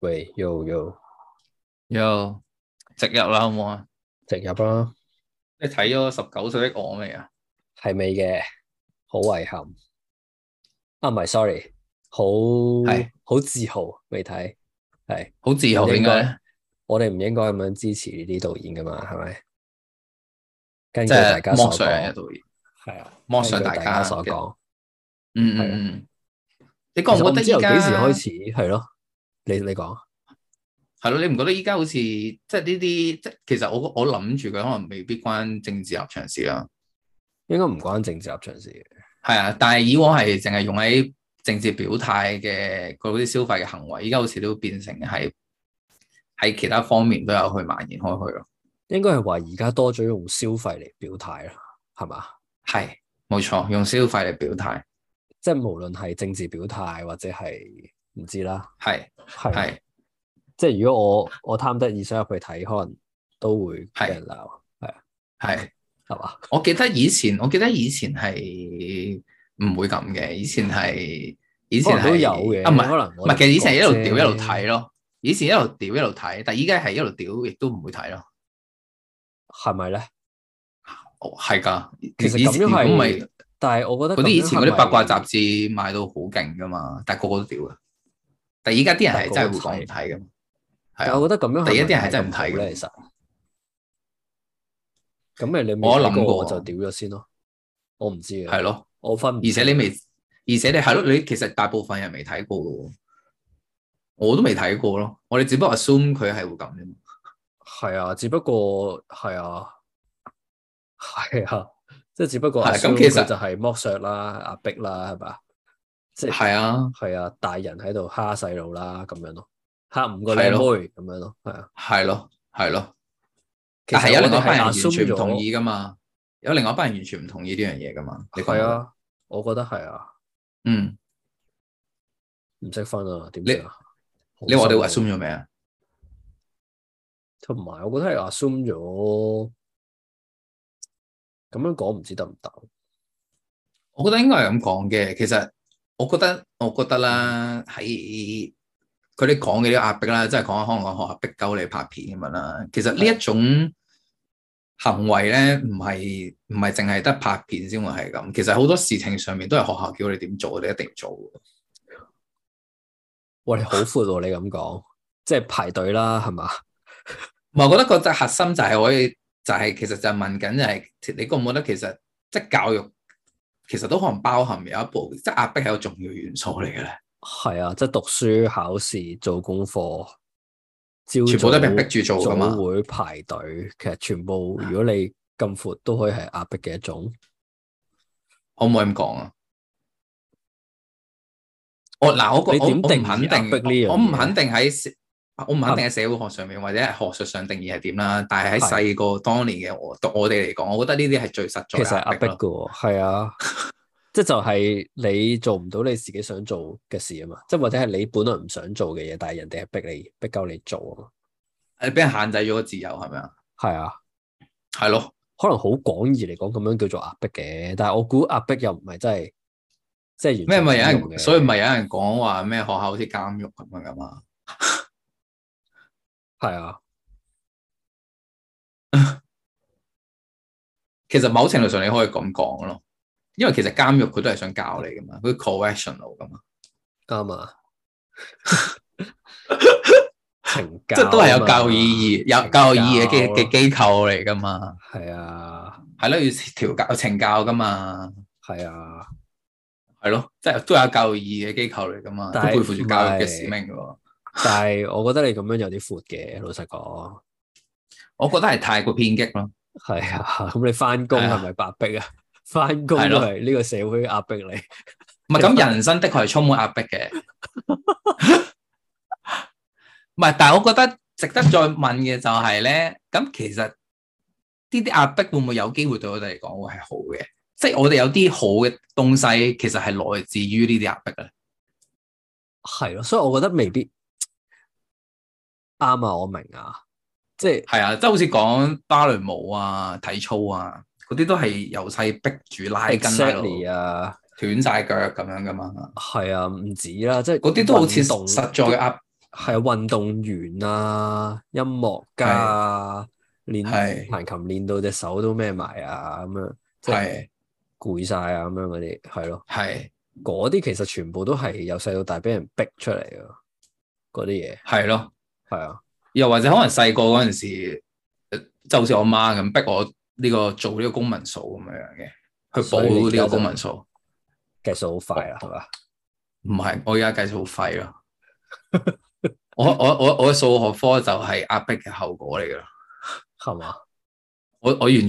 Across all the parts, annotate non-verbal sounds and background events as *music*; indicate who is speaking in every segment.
Speaker 1: 喂，yo yo，
Speaker 2: 又直入啦，好唔好啊？
Speaker 1: 直入啦，
Speaker 2: 你睇咗《十九歲的我》未啊？
Speaker 1: 係未嘅，好遺憾。啊，唔係，sorry，好
Speaker 2: 係
Speaker 1: 好自豪未睇，係
Speaker 2: 好自豪點解咧？
Speaker 1: 我哋唔應該咁樣支持呢啲導演噶嘛，係咪？根據
Speaker 2: 即
Speaker 1: 大
Speaker 2: 係
Speaker 1: 家所
Speaker 2: 剝削人嘅
Speaker 1: 講，
Speaker 2: 導演，
Speaker 1: 係啊，
Speaker 2: 剝
Speaker 1: 根
Speaker 2: 削
Speaker 1: 據
Speaker 2: 大
Speaker 1: 大
Speaker 2: 家
Speaker 1: 所
Speaker 2: 嘅。
Speaker 1: 講，
Speaker 2: 嗯嗯
Speaker 1: 係啊
Speaker 2: 嗯，
Speaker 1: 其
Speaker 2: 你覺唔
Speaker 1: 實我
Speaker 2: 覺
Speaker 1: 唔
Speaker 2: 得
Speaker 1: 知由
Speaker 2: 依
Speaker 1: 幾
Speaker 2: 家
Speaker 1: 時開始係咯，你你講
Speaker 2: 係咯？你唔覺得依家好似即係呢啲即係其實我我諗住佢可能未必關政治立場事啦。
Speaker 1: 應該唔關政治立場事嘅，
Speaker 2: 係啊，但係以往係淨係用喺政治表態嘅嗰啲消費嘅行為，依家好似都變成係喺其他方面都有去蔓延開去咯。
Speaker 1: 應該係話而家多咗用消費嚟表態啦，係嘛？
Speaker 2: 係，冇錯，用消費嚟表態，
Speaker 1: 即係無論係政治表態或者係唔知啦，
Speaker 2: 係
Speaker 1: 係
Speaker 2: 係
Speaker 1: 即係如果我我貪得意想入去睇，可能都會俾
Speaker 2: 係
Speaker 1: 人鬧，
Speaker 2: 係。
Speaker 1: 係嘛？
Speaker 2: 我記得以前，我記得以前係唔會咁嘅，以前係以前
Speaker 1: 可能
Speaker 2: 係
Speaker 1: 都有嘅，
Speaker 2: 啊唔係
Speaker 1: 可能
Speaker 2: 唔
Speaker 1: 我
Speaker 2: 係，其實以前係一
Speaker 1: 哋
Speaker 2: 路屌一
Speaker 1: 覺
Speaker 2: 路
Speaker 1: 啫
Speaker 2: 睇，咯，以前一路屌一路睇，但係依家係一路屌亦都唔會睇咯。
Speaker 1: 係咪咧？
Speaker 2: 哦，係㗎，
Speaker 1: 其實
Speaker 2: 以
Speaker 1: 咁
Speaker 2: 前
Speaker 1: 樣
Speaker 2: 如果唔係
Speaker 1: 係，但係我覺得
Speaker 2: 嗰啲以前嗰啲八卦雜
Speaker 1: 誌，
Speaker 2: 誌啊賣到好勁㗎嘛，但係個個都屌嘅。但係依家啲人係真係會講唔睇㗎嘛，
Speaker 1: 但係
Speaker 2: 係啊，
Speaker 1: 我覺得咁樣
Speaker 2: 第一
Speaker 1: 咪
Speaker 2: 啲人係真係唔
Speaker 1: 咁好
Speaker 2: 睇嘅
Speaker 1: 咧，其實咁咪你未
Speaker 2: 我
Speaker 1: 睇
Speaker 2: 諗
Speaker 1: 過
Speaker 2: 過
Speaker 1: 我就屌咗先咯，我唔知
Speaker 2: 係
Speaker 1: 嘅，
Speaker 2: 咯，
Speaker 1: 我分唔
Speaker 2: 而且你
Speaker 1: 清
Speaker 2: 未，而且你係咯，你其實大部分人未睇過㗎喎，我都未睇過咯，我哋只不過 assume 佢係會咁啫嘛。
Speaker 1: 係啊，只不過係啊，係啊，即係只不過
Speaker 2: 係啊
Speaker 1: assume
Speaker 2: 咁其實
Speaker 1: 佢就係剝削啦、壓迫啦，係嘛？即係
Speaker 2: 係啊，
Speaker 1: 係啊，大人喺度蝦細路啦，咁樣咯，蝦五個靚
Speaker 2: 係咯
Speaker 1: 妹咁樣咯，係啊。
Speaker 2: 係咯，係咯。
Speaker 1: 其
Speaker 2: 但係
Speaker 1: 實
Speaker 2: 有
Speaker 1: 我
Speaker 2: 另外
Speaker 1: 哋
Speaker 2: 一班
Speaker 1: 係
Speaker 2: 人完
Speaker 1: assume
Speaker 2: 全唔同
Speaker 1: 咗，
Speaker 2: 意噶嘛，有另外一班人完全唔同意呢樣嘢噶嘛。你覺
Speaker 1: 係
Speaker 2: 唔覺，
Speaker 1: 啊，我覺得係啊，
Speaker 2: 嗯，
Speaker 1: 唔識分啊，點算啊？
Speaker 2: 你話我哋
Speaker 1: 好心
Speaker 2: assume 咗未啊？
Speaker 1: 啊同埋我覺得係 assume 咗，咁樣講唔知得唔得？
Speaker 2: 我覺得應該係咁講嘅。其實我覺得，我覺得啦，喺佢哋講嘅呢個壓迫啦，即係講香港學校逼鳩你拍片咁樣啦。其實呢一種行為咧，唔係唔係淨係得拍片先會係咁。其實好多事情上面都係學校叫你點做，你一定要做嘅。
Speaker 1: 喂，你好闊喎，你咁講， *laughs* 即係排隊啦，係嘛？
Speaker 2: 唔係我覺得個就核心就係可以，就係、其實就係問緊就係、你覺唔覺得其實即係教育其實都可能包含有一部即係壓迫係一個重要元素嚟嘅咧，
Speaker 1: 係啊，即係讀書、考試、做功課，朝
Speaker 2: 全部都係俾人逼住
Speaker 1: 早
Speaker 2: 做噶嘛啊
Speaker 1: 早。會排隊，其實全部如果你咁闊，都可以係壓迫嘅一種。
Speaker 2: 可唔可以咁講啊？我嗱，我個
Speaker 1: 你
Speaker 2: 我我
Speaker 1: 點
Speaker 2: 唔
Speaker 1: 定義
Speaker 2: 肯
Speaker 1: 壓迫呢
Speaker 2: 定，
Speaker 1: 樣
Speaker 2: 我唔
Speaker 1: 嘢啊
Speaker 2: 肯定喺社我唔肯定喺社會學上面或者係學術上定義係點啦。但係喺細個當年嘅我，對我哋嚟講，我覺得呢啲係最實在
Speaker 1: 其實
Speaker 2: 嘅
Speaker 1: 係壓
Speaker 2: 迫
Speaker 1: 迫
Speaker 2: 咯。
Speaker 1: 嘅喎，係
Speaker 2: *laughs*
Speaker 1: 啊，即係就係你做唔到你自己想做嘅事啊嘛，即係或者係你本來唔想做嘅嘢，但係人哋係逼你逼鳩你做啊嘛，
Speaker 2: 誒，俾人限制咗個自由係咪啊？
Speaker 1: 係啊，
Speaker 2: 係咯，
Speaker 1: 可能好廣義嚟講咁樣叫做壓迫嘅，但係我估壓迫又唔係真係即係
Speaker 2: 咩
Speaker 1: 完
Speaker 2: 咪有
Speaker 1: 全冇用
Speaker 2: 人，
Speaker 1: 嘅，
Speaker 2: 所以咪有人講話咩學校好似監獄咁樣噶嘛？
Speaker 1: 係啊，
Speaker 2: 其實某程度上你可以咁講咯，因為其實監獄佢都係想教你噶嘛，佢 correctional 噶嘛，
Speaker 1: 啱
Speaker 2: *laughs*
Speaker 1: 啊，懲教
Speaker 2: 即係都係
Speaker 1: 啊
Speaker 2: 有
Speaker 1: 嘛
Speaker 2: 教育意義、有教育意義嘅機嘅機構嚟噶嘛，
Speaker 1: 係啊，
Speaker 2: 係咯，要調教懲教噶嘛，
Speaker 1: 係啊，
Speaker 2: 係咯，即係都有教育意義嘅機構嚟噶嘛，都
Speaker 1: 但係
Speaker 2: 背負住教育
Speaker 1: 唔係
Speaker 2: 嘅使命噶喎。
Speaker 1: 但係我覺得你咁樣有啲闊嘅，老實講，
Speaker 2: 我覺得係太過偏激咯，
Speaker 1: 係啊，咁你翻工
Speaker 2: 係啊
Speaker 1: 係咪白逼啊？ *laughs* 翻工
Speaker 2: 係
Speaker 1: 都
Speaker 2: 咯
Speaker 1: 係呢個社會壓迫你。
Speaker 2: 唔係咁人生的確係充滿壓迫嘅， *laughs* 唔係，但係我覺得值得再問嘅就係咧，咁其實呢啲壓迫會唔會有機會對我哋嚟講會係好嘅？即係我哋有啲好嘅東西，其實係來自於呢啲壓迫啊咧。
Speaker 1: 係咯，所以我覺得未必啱啊！我明啊，即係
Speaker 2: 係啊，即係好似講芭蕾舞啊、體操啊，嗰啲都係由細逼住拉筋拉到
Speaker 1: exactly 啊，
Speaker 2: 斷晒腳咁樣噶嘛，
Speaker 1: 係啊，唔止啦，即係
Speaker 2: 嗰啲都好似
Speaker 1: 運動
Speaker 2: 實在嘅壓
Speaker 1: 係啊運動員啊、音樂家啊，練
Speaker 2: 係
Speaker 1: 彈琴練到隻手都咩埋啊，咁樣即係
Speaker 2: 係
Speaker 1: 攰晒啊，咁樣嗰啲係咯，
Speaker 2: 係
Speaker 1: 嗰啲其實全部都係由細到大俾人逼出嚟嘅嗰啲嘢，
Speaker 2: 係咯。
Speaker 1: 係啊，
Speaker 2: 又或者可能細個嗰陣時，呃就好似我媽咁逼我呢個做呢個公民數咁樣嘅，去
Speaker 1: 所以你
Speaker 2: 補
Speaker 1: 而
Speaker 2: 呢
Speaker 1: 家
Speaker 2: 個
Speaker 1: 就
Speaker 2: 公民數。
Speaker 1: 計數好快啦，啊
Speaker 2: 哦
Speaker 1: 係嘛？
Speaker 2: 唔係，我而家計數廢
Speaker 1: *laughs*
Speaker 2: 咯。我我我我數學科就係壓迫嘅後果嚟噶啦。
Speaker 1: 係嘛？
Speaker 2: 我我完全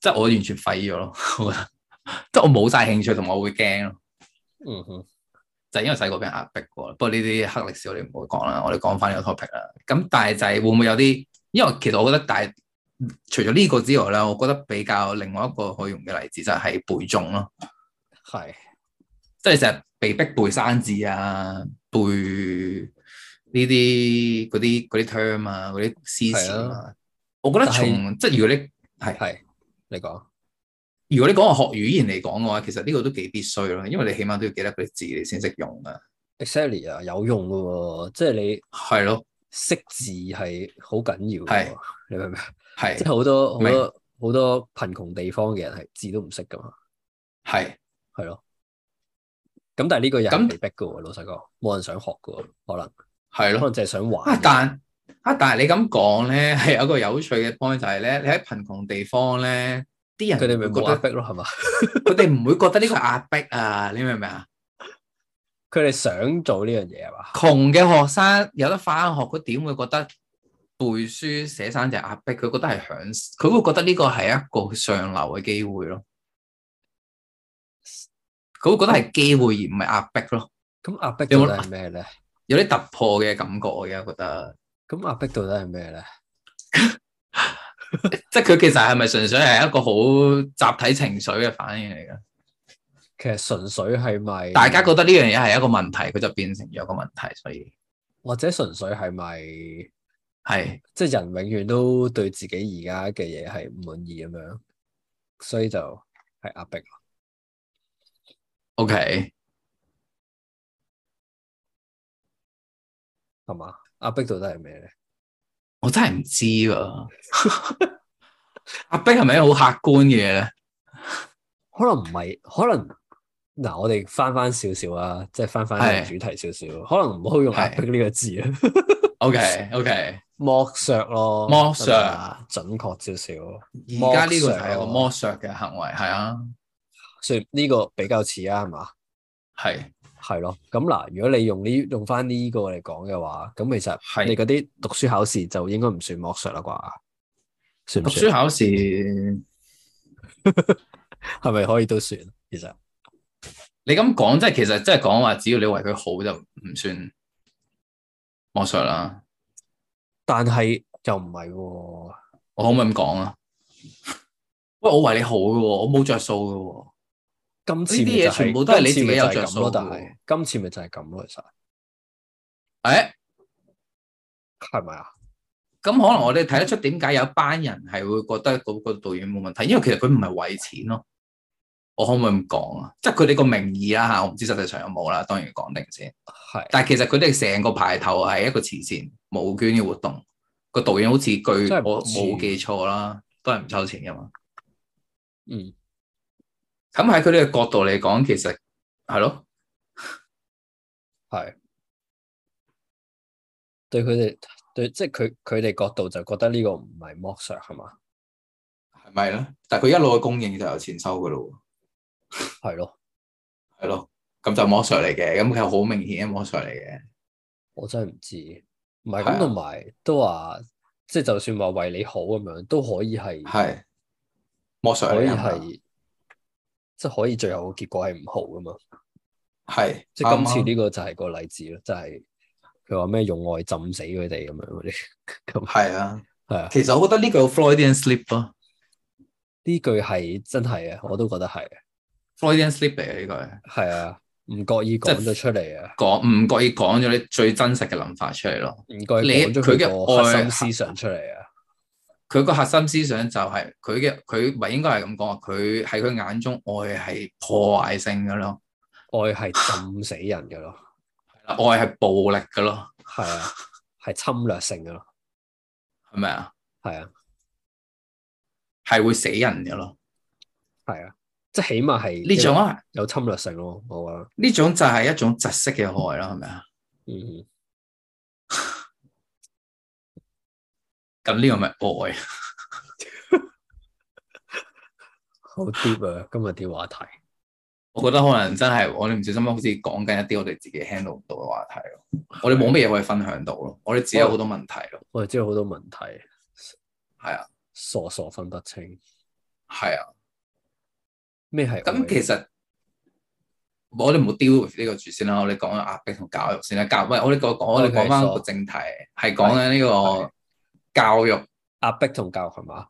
Speaker 2: 即係我完全廢咗咯，我覺得即係我冇晒興趣同埋我會驚咯，
Speaker 1: 嗯哼，
Speaker 2: 就係因為細個俾人壓迫過。不過呢啲黑歷史我哋唔好講啦，我哋講翻呢個 topic 啦。咁但係就係會唔會有啲？因為其實我覺得大除咗呢個之外咧，我覺得比較另外一個可以用嘅例子就係背誦咯。
Speaker 1: 係
Speaker 2: 即係成日被逼背生字啊，背呢啲嗰啲嗰啲 term 啊，嗰啲詩詞啊。我覺得從即係如果你
Speaker 1: 係，你講
Speaker 2: 如果你講話學語言嚟講嘅話，其實呢個都幾必須咯，因為你起碼都要記得嗰啲字你先識用啊。
Speaker 1: exactly 啊，有用嘅喎，即係你
Speaker 2: 係咯，
Speaker 1: 識字係好緊要嘅
Speaker 2: 係
Speaker 1: 喎，你明唔明？即
Speaker 2: 係
Speaker 1: 係好多好
Speaker 2: 明
Speaker 1: 多好多貧窮地方嘅人係字都唔識噶嘛，
Speaker 2: 係
Speaker 1: 係咯。咁但係呢個又係
Speaker 2: 咁
Speaker 1: 被逼噶喎，老實講，冇人想學噶喎，可能
Speaker 2: 係
Speaker 1: 可
Speaker 2: 咯。
Speaker 1: 能就係想
Speaker 2: 啊
Speaker 1: 玩，。
Speaker 2: 但啊但係你咁講咧，係有一個有趣嘅 point 就係咧，你喺貧窮地方咧，啲人
Speaker 1: 佢哋咪
Speaker 2: 會
Speaker 1: 冇
Speaker 2: 覺
Speaker 1: 壓
Speaker 2: 得
Speaker 1: 迫咯，係嘛？
Speaker 2: 佢哋唔會覺得呢個壓迫啊，你明唔明啊？
Speaker 1: 佢哋想做呢樣嘢係嘛？
Speaker 2: 窮嘅學生有得翻學，佢點會覺得背書寫生就係壓迫？佢覺得係享，佢會覺得呢個係一個上流嘅機會咯。佢會覺得係機會而唔係壓迫咯，
Speaker 1: 咁壓迫到
Speaker 2: 有冇
Speaker 1: 底係咩咧？
Speaker 2: 有啲突破嘅感覺。我而家覺得，
Speaker 1: 咁壓迫到底係咩咧？
Speaker 2: 即係佢其實係咪純粹係一個好集體情緒嘅反應嚟㗎？
Speaker 1: 其實純粹係咪
Speaker 2: 大家覺得呢樣嘢係一個問題，佢就變成咗一個問題，所以
Speaker 1: 或者純粹係咪
Speaker 2: 係
Speaker 1: 即係人永遠都對自己而家嘅嘢係唔滿意咁樣，所以就係壓迫。
Speaker 2: OK
Speaker 1: 係嘛？壓迫到底係咩咧？
Speaker 2: 我真係唔知喎， *laughs* 壓迫係咪一個好客觀嘅嘢咧？
Speaker 1: 可能唔係，可能嗱，我哋翻翻少少啊，即係翻翻
Speaker 2: 係
Speaker 1: 主題少少，可能唔好用壓迫呢個字啊， *laughs*
Speaker 2: O K O K，
Speaker 1: 剝削咯，
Speaker 2: 剝削
Speaker 1: 係嘛準確少少，
Speaker 2: 而家呢個就係一個
Speaker 1: 剝
Speaker 2: 剝削嘅行為，係啊，
Speaker 1: 所以呢個比較似啊，係嘛？
Speaker 2: 係
Speaker 1: 係咯，咁嗱，如果你用呢用翻呢個嚟講嘅話，咁其實
Speaker 2: 係
Speaker 1: 你嗰啲讀書考試就應該唔算剝削啦啩？算唔
Speaker 2: 讀書
Speaker 1: 算？
Speaker 2: 考試，
Speaker 1: 係咪可以都算？其實
Speaker 2: 你咁講即係其實即係講話，只要你為佢好就唔算剝削啦。
Speaker 1: 但係又唔係喎，
Speaker 2: 我可唔可以咁講啊？ *laughs* 喂，我為你好嘅喎，我冇着數嘅喎。
Speaker 1: 今次
Speaker 2: 呢啲
Speaker 1: 咪
Speaker 2: 嘢
Speaker 1: 就係
Speaker 2: 全部都係你
Speaker 1: 今次咪
Speaker 2: 自己
Speaker 1: 就
Speaker 2: 有
Speaker 1: 係
Speaker 2: 着
Speaker 1: 咁
Speaker 2: 數
Speaker 1: 咯，
Speaker 2: 嘅
Speaker 1: 但
Speaker 2: 喎
Speaker 1: 係今次咪就係咁咯，其實。
Speaker 2: 誒、
Speaker 1: 係咪啊？
Speaker 2: 咁可能我哋睇得出點解有一班人係會覺得嗰個導演冇問題，因為其實佢唔係為錢咯。我可唔可以咁講啊？即係佢哋個名義啦嚇，我唔知實際上有冇啦，當然講定先。
Speaker 1: 係
Speaker 2: 但係其實佢哋成個排頭係一個慈善募捐嘅活動，個導演好似據
Speaker 1: 真係唔
Speaker 2: 我
Speaker 1: 知
Speaker 2: 冇記錯啦，都係唔收錢噶嘛。
Speaker 1: 嗯，
Speaker 2: 咁喺佢哋嘅角度嚟講，其實係咯，
Speaker 1: 係對佢哋對，即係佢佢哋角度就覺得呢個唔係剝削係嘛？
Speaker 2: 係咪咧？但係佢一路嘅供應就有錢收噶咯
Speaker 1: 係咯，
Speaker 2: 喎，係咯，咁就剝削嚟嘅，咁佢係好明顯嘅剝削嚟嘅，
Speaker 1: 我真係唔知，唔係
Speaker 2: 係
Speaker 1: 咁
Speaker 2: 啊
Speaker 1: 同埋都話，即係就算話為你好咁樣，都可以係
Speaker 2: 係啊剝削
Speaker 1: 可以
Speaker 2: 嚟㗎，
Speaker 1: 係，即係可以最後嘅結果係唔好噶嘛？
Speaker 2: 係
Speaker 1: 即係今
Speaker 2: 啱啊
Speaker 1: 次呢個就係個例子咯，就係佢話咩用愛浸死佢哋咁樣嗰啲， *laughs* 咁
Speaker 2: 係啊，
Speaker 1: 係啊，
Speaker 2: 其實我覺得呢個 Freudian slip 啊咯
Speaker 1: 呢句係真係啊，我都覺得係啊，
Speaker 2: ，Freudian slip 嚟嘅呢
Speaker 1: 係啊，唔覺意
Speaker 2: 即係
Speaker 1: 講咗出嚟啊。
Speaker 2: 個，講唔覺意講咗你最真實嘅諗法出嚟咯。
Speaker 1: 唔該
Speaker 2: 你
Speaker 1: 講咗佢
Speaker 2: 佢嘅
Speaker 1: 個核
Speaker 2: 愛
Speaker 1: 心思想出嚟啊！
Speaker 2: 佢個核心思想就係佢嘅佢咪應該係咁講啊！佢喺佢眼中愛係破壞性嘅咯，
Speaker 1: 愛係浸死人嘅咯，
Speaker 2: 愛係暴力嘅咯，
Speaker 1: 係啊，係侵略性嘅咯，
Speaker 2: 係咪啊？
Speaker 1: 係啊，
Speaker 2: 係會死人嘅咯。
Speaker 1: 係啊，即係起碼係
Speaker 2: 呢種啊，
Speaker 1: 有侵略性咯，我覺得，
Speaker 2: 呢種就係一種窒息嘅害啦，係咪啊？
Speaker 1: 嗯，
Speaker 2: 咁呢個咪愛
Speaker 1: 好 deep 啊，今日啲話題，
Speaker 2: 我覺得可能真係我哋唔小心好似講緊一啲我哋自己 handle 唔到嘅話題咯，我哋冇乜嘢可以分享到咯，我哋自己有好多問題咯，
Speaker 1: 我哋知道好多問題，
Speaker 2: 係啊，
Speaker 1: 傻傻分不清，
Speaker 2: 係啊，
Speaker 1: 咩係愛
Speaker 2: 咁其實我哋唔好 deal with 呢個住先啦，我哋講緊壓迫同教育先啦，教喂我哋個講我哋
Speaker 1: Okay，
Speaker 2: 講翻
Speaker 1: so-
Speaker 2: 個正題係講緊呢個
Speaker 1: 係
Speaker 2: 教育
Speaker 1: 壓迫同教育係嘛？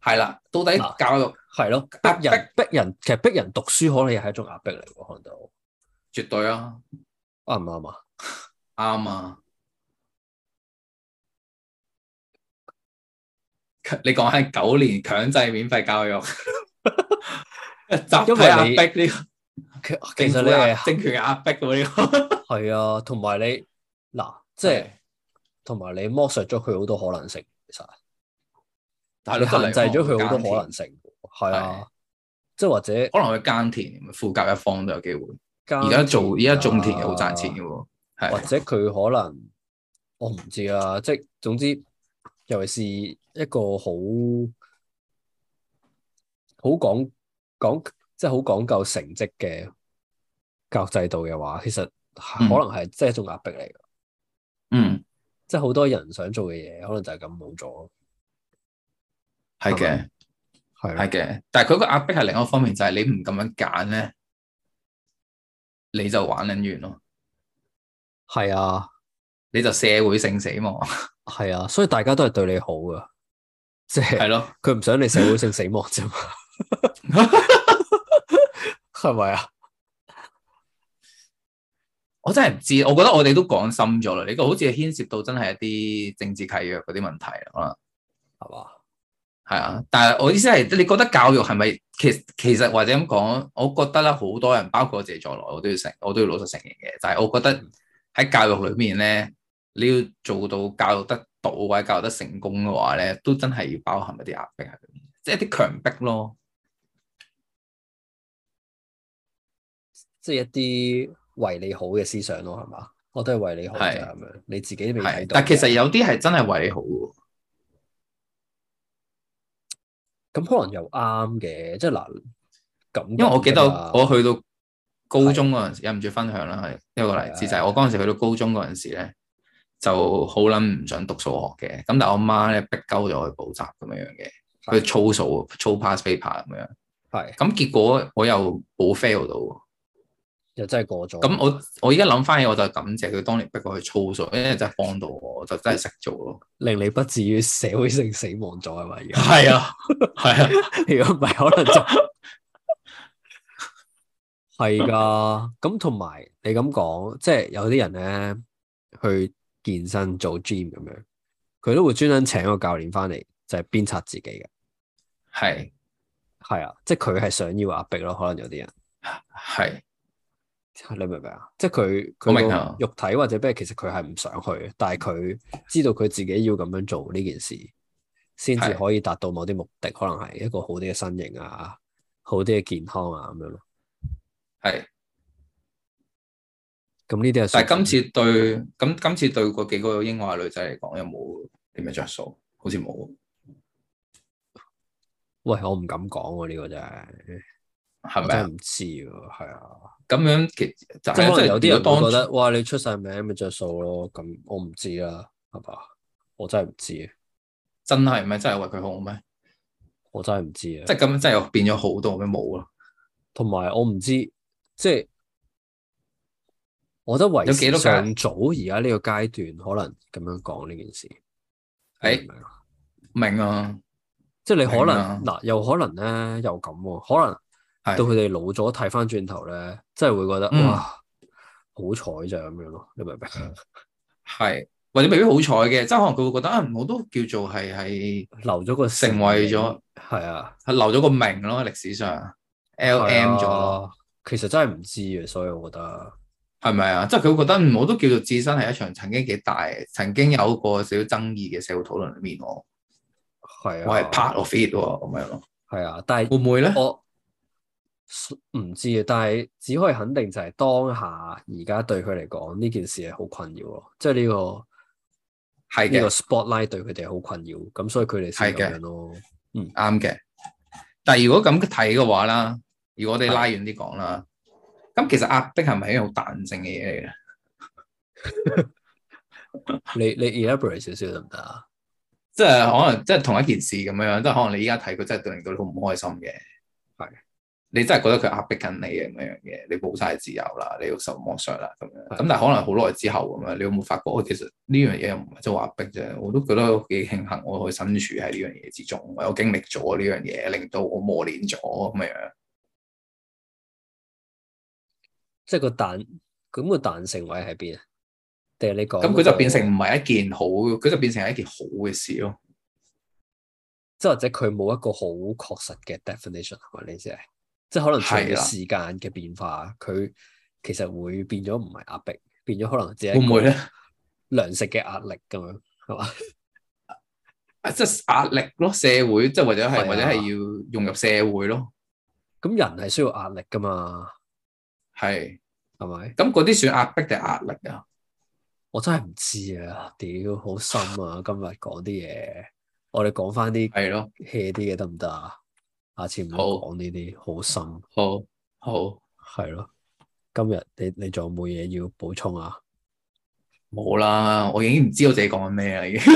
Speaker 2: 係啦，到底
Speaker 1: 嗱
Speaker 2: 教育
Speaker 1: 係咯，
Speaker 2: 壓
Speaker 1: 逼人逼人，其實逼人讀書可能又係一種壓迫嚟喎，可能都
Speaker 2: 絕對啊
Speaker 1: 啱唔啱啊？
Speaker 2: 啱啊， *laughs* 你講係九年強制免費教育。集
Speaker 1: *laughs* 因
Speaker 2: 體壓
Speaker 1: 為你
Speaker 2: 迫呢個
Speaker 1: 其其
Speaker 2: 政府
Speaker 1: 實你
Speaker 2: 壓
Speaker 1: 係
Speaker 2: 政權壓迫喎呢個，
Speaker 1: 係啊，同埋你嗱，即係同埋你剝削咗佢好多可能性，其實
Speaker 2: 係
Speaker 1: 你
Speaker 2: 咯
Speaker 1: 限制咗佢好多可能，性，係
Speaker 2: 係
Speaker 1: 啊，即係或者
Speaker 2: 可能佢耕田富甲一方都有機會。而
Speaker 1: 而
Speaker 2: 家做而家種
Speaker 1: 啊
Speaker 2: 田好賺錢嘅喎，
Speaker 1: 或
Speaker 2: 係
Speaker 1: 者佢可能我唔知啊，即係總之，尤其是一個好好講講即係好講究成績嘅教育制度嘅話，其實可
Speaker 2: 嗯
Speaker 1: 能係即係一種壓迫嚟嘅，
Speaker 2: 嗯
Speaker 1: 即係好多人想做嘅嘢，可能就係咁冇咗，
Speaker 2: 係
Speaker 1: 係
Speaker 2: 嘅
Speaker 1: 係咯
Speaker 2: 係嘅，但係佢個壓迫係另一方面，就係你唔咁樣揀咧，你就玩撚完咯，
Speaker 1: 係啊
Speaker 2: 你就社會性死亡
Speaker 1: 係啊，所以大家都係對你好噶，即係
Speaker 2: 係咯，
Speaker 1: 佢唔想你社會性死亡啫嘛，
Speaker 2: *laughs*
Speaker 1: 係咪啊？
Speaker 2: 我真係唔知，我覺得我哋都講深咗啦，呢個好似係牽涉到真係一啲政治契約嗰啲問題啊啦可能。
Speaker 1: 係嘛？
Speaker 2: 係啊，但係我意思係，你覺得教育係咪其其實或者咁講，我覺得咧好多人，包括我自己在內，我都要承，我都要老實承認嘅，就係、我覺得
Speaker 1: 嗯
Speaker 2: 喺教育裏面咧，你要做到教育得到或者教育得成功嘅話咧，都真係要包含一啲壓迫喺裏面，即係一啲強迫咯。
Speaker 1: 即係一啲為你好嘅思想咯，係嘛？我都係為你好
Speaker 2: 係
Speaker 1: 啫，咁樣你自己未睇
Speaker 2: 係，啊
Speaker 1: 到。
Speaker 2: 但其實有啲係真係為你好嘅，
Speaker 1: 咁可能又啱嘅，即係嗱咁。
Speaker 2: 因為我記得我我
Speaker 1: 我
Speaker 2: 去到高中嗰陣時，忍唔住分享啦，係一個例子
Speaker 1: 係
Speaker 2: 就係我嗰陣時去到高中嗰陣時咧，就好撚唔想讀數學嘅，咁但係我媽咧逼鳩咗我去補習咁樣樣嘅，
Speaker 1: 係
Speaker 2: 佢操數操 pass paper 咁樣，
Speaker 1: 係
Speaker 2: 咁結果我又冇 fail 到喎，
Speaker 1: 又真係過咗。
Speaker 2: 咁我我而家諗翻起我就感謝佢當年逼我去操數，因為真係幫到我，我就真係識做咯。
Speaker 1: 令你不至於社會性死亡咗係咪？而
Speaker 2: *laughs*
Speaker 1: 家
Speaker 2: 係啊，係啊，
Speaker 1: 如果唔係，可能就 *laughs* 係㗎。咁同埋你咁講，即係有啲人咧去健身做 gym 咁樣，佢都會專登請個教練翻嚟，就係鞭策自己嘅。
Speaker 2: 係
Speaker 1: 係啊，即係佢係想要壓迫咯，可能有啲人，
Speaker 2: 係
Speaker 1: 你明唔明啊？即係佢
Speaker 2: 我明
Speaker 1: 佢個
Speaker 2: 啊嗯
Speaker 1: 肉體或者咩，其實佢係唔想去，但係佢知道佢自己要咁樣做呢件事，先至
Speaker 2: 係
Speaker 1: 可以達到某啲目的，可能係一個好啲嘅身形啊，好啲嘅健康啊咁樣咯。
Speaker 2: 係。
Speaker 1: 咁呢啲係屬於
Speaker 2: 但係今次對咁今次對嗰幾個英華女仔嚟講，有冇啲咩着數？好似冇，
Speaker 1: 喂，我唔敢講喎，呢個真係
Speaker 2: 係
Speaker 1: 我
Speaker 2: 咪
Speaker 1: 真
Speaker 2: 啊
Speaker 1: 係？唔知喎，係啊，
Speaker 2: 咁樣其就
Speaker 1: 即係
Speaker 2: 係
Speaker 1: 可能有啲人會覺
Speaker 2: 得
Speaker 1: 得，哇，你出晒名咪着數咯，咁我唔知啦，係嘛？我真係唔知，
Speaker 2: 真係咩？真係為佢好咩？
Speaker 1: 我真係唔知啊
Speaker 2: 即。係咁，真係又變咗好多咩冇咯？
Speaker 1: 同埋我唔知，即係我覺得為
Speaker 2: 有幾多
Speaker 1: 尚早而家呢個階段，可能咁樣講呢件事。
Speaker 2: 誒
Speaker 1: 你明唔明啊
Speaker 2: 哎明啊，
Speaker 1: 即係你可
Speaker 2: 明啊
Speaker 1: 能嗱，又可能咧，又咁喎，可能
Speaker 2: 係
Speaker 1: 到佢哋老咗睇翻轉頭咧，真係會覺得
Speaker 2: 嗯
Speaker 1: 哇，好彩咋咁樣咯，你明唔明？
Speaker 2: *laughs* 係或者未必好彩嘅，即係可能佢會覺得啊，我都叫做係係
Speaker 1: 留咗個
Speaker 2: 成為咗
Speaker 1: 係啊
Speaker 2: 係留咗個名咯，喺歷史上
Speaker 1: 係
Speaker 2: L M 咗咯，
Speaker 1: 啊啊，其實真係唔知嘅，所以我覺得
Speaker 2: 係咪啊？即係佢覺得嗯我都叫做置身係一場曾經幾大、曾經有過少少爭議嘅社會討論裏面喎，
Speaker 1: 係啊，
Speaker 2: 我係 part of it 喎，咁樣咯，
Speaker 1: 係啊，但係
Speaker 2: 會唔會咧？
Speaker 1: 我唔知啊，但係只可以肯定就係當下而家對佢嚟講呢件事係好困擾咯，即係呢個。
Speaker 2: 係
Speaker 1: 呢個
Speaker 2: 嘅，
Speaker 1: spotlight 對佢哋好困擾，咁所以佢哋先
Speaker 2: 係嘅
Speaker 1: 咁樣咯。
Speaker 2: 啱嘅。但係如果咁睇嘅話啦，如果我哋拉遠啲講啦，咁其實壓迫係咪一樣好彈性嘅嘢嚟嘅？
Speaker 1: 你你 elaborate 少少得唔得啊？
Speaker 2: 即係可能即係同一件事咁樣，即係可能你依家睇佢真係令到你好唔開心嘅，
Speaker 1: 係
Speaker 2: 你真係覺得佢壓迫緊你嘅咁樣嘢，你冇晒自由啦，你要受剝削啦咁樣。
Speaker 1: 係
Speaker 2: 咁但係可能好耐之後咁樣，你有冇發覺？哦，其實呢樣嘢又唔係真係話壓迫啫，我都覺得幾慶幸我可以身處喺呢樣嘢之中，我有經歷咗呢樣嘢，令到我磨練咗咁樣。
Speaker 1: 即係個彈咁個彈性位喺邊啊？定係你講
Speaker 2: 咁佢就變成
Speaker 1: 嗰個，
Speaker 2: 唔係一件好，佢就變成係一件好嘅事咯。
Speaker 1: 即係或者佢冇一個好確實嘅 definition 係咪你意思係？即係可能隨
Speaker 2: 係
Speaker 1: 住
Speaker 2: 啦
Speaker 1: 時間嘅變化，佢其實會變咗唔係壓迫，變咗可能只係
Speaker 2: 會唔會咧？
Speaker 1: 糧食嘅壓力咁樣係嘛？
Speaker 2: 啊即係壓力咯，社會即係或者
Speaker 1: 係
Speaker 2: 係
Speaker 1: 啊
Speaker 2: 或者係要融入社會咯，
Speaker 1: 咁人係需要壓力噶嘛？
Speaker 2: 係。
Speaker 1: 係咪？
Speaker 2: 咁嗰啲算壓迫定壓力啊？
Speaker 1: 我真係唔知啊！屌，好深啊！今日講啲嘢，我哋講翻啲
Speaker 2: 係咯，
Speaker 1: hea 啲嘅得唔得啊？下次唔好
Speaker 2: 好
Speaker 1: 講呢啲，好深，
Speaker 2: 好，好，
Speaker 1: 係咯。今日你你仲有冇嘢要補充啊？
Speaker 2: 冇啦，我已經唔知我自己講緊咩啦，已經。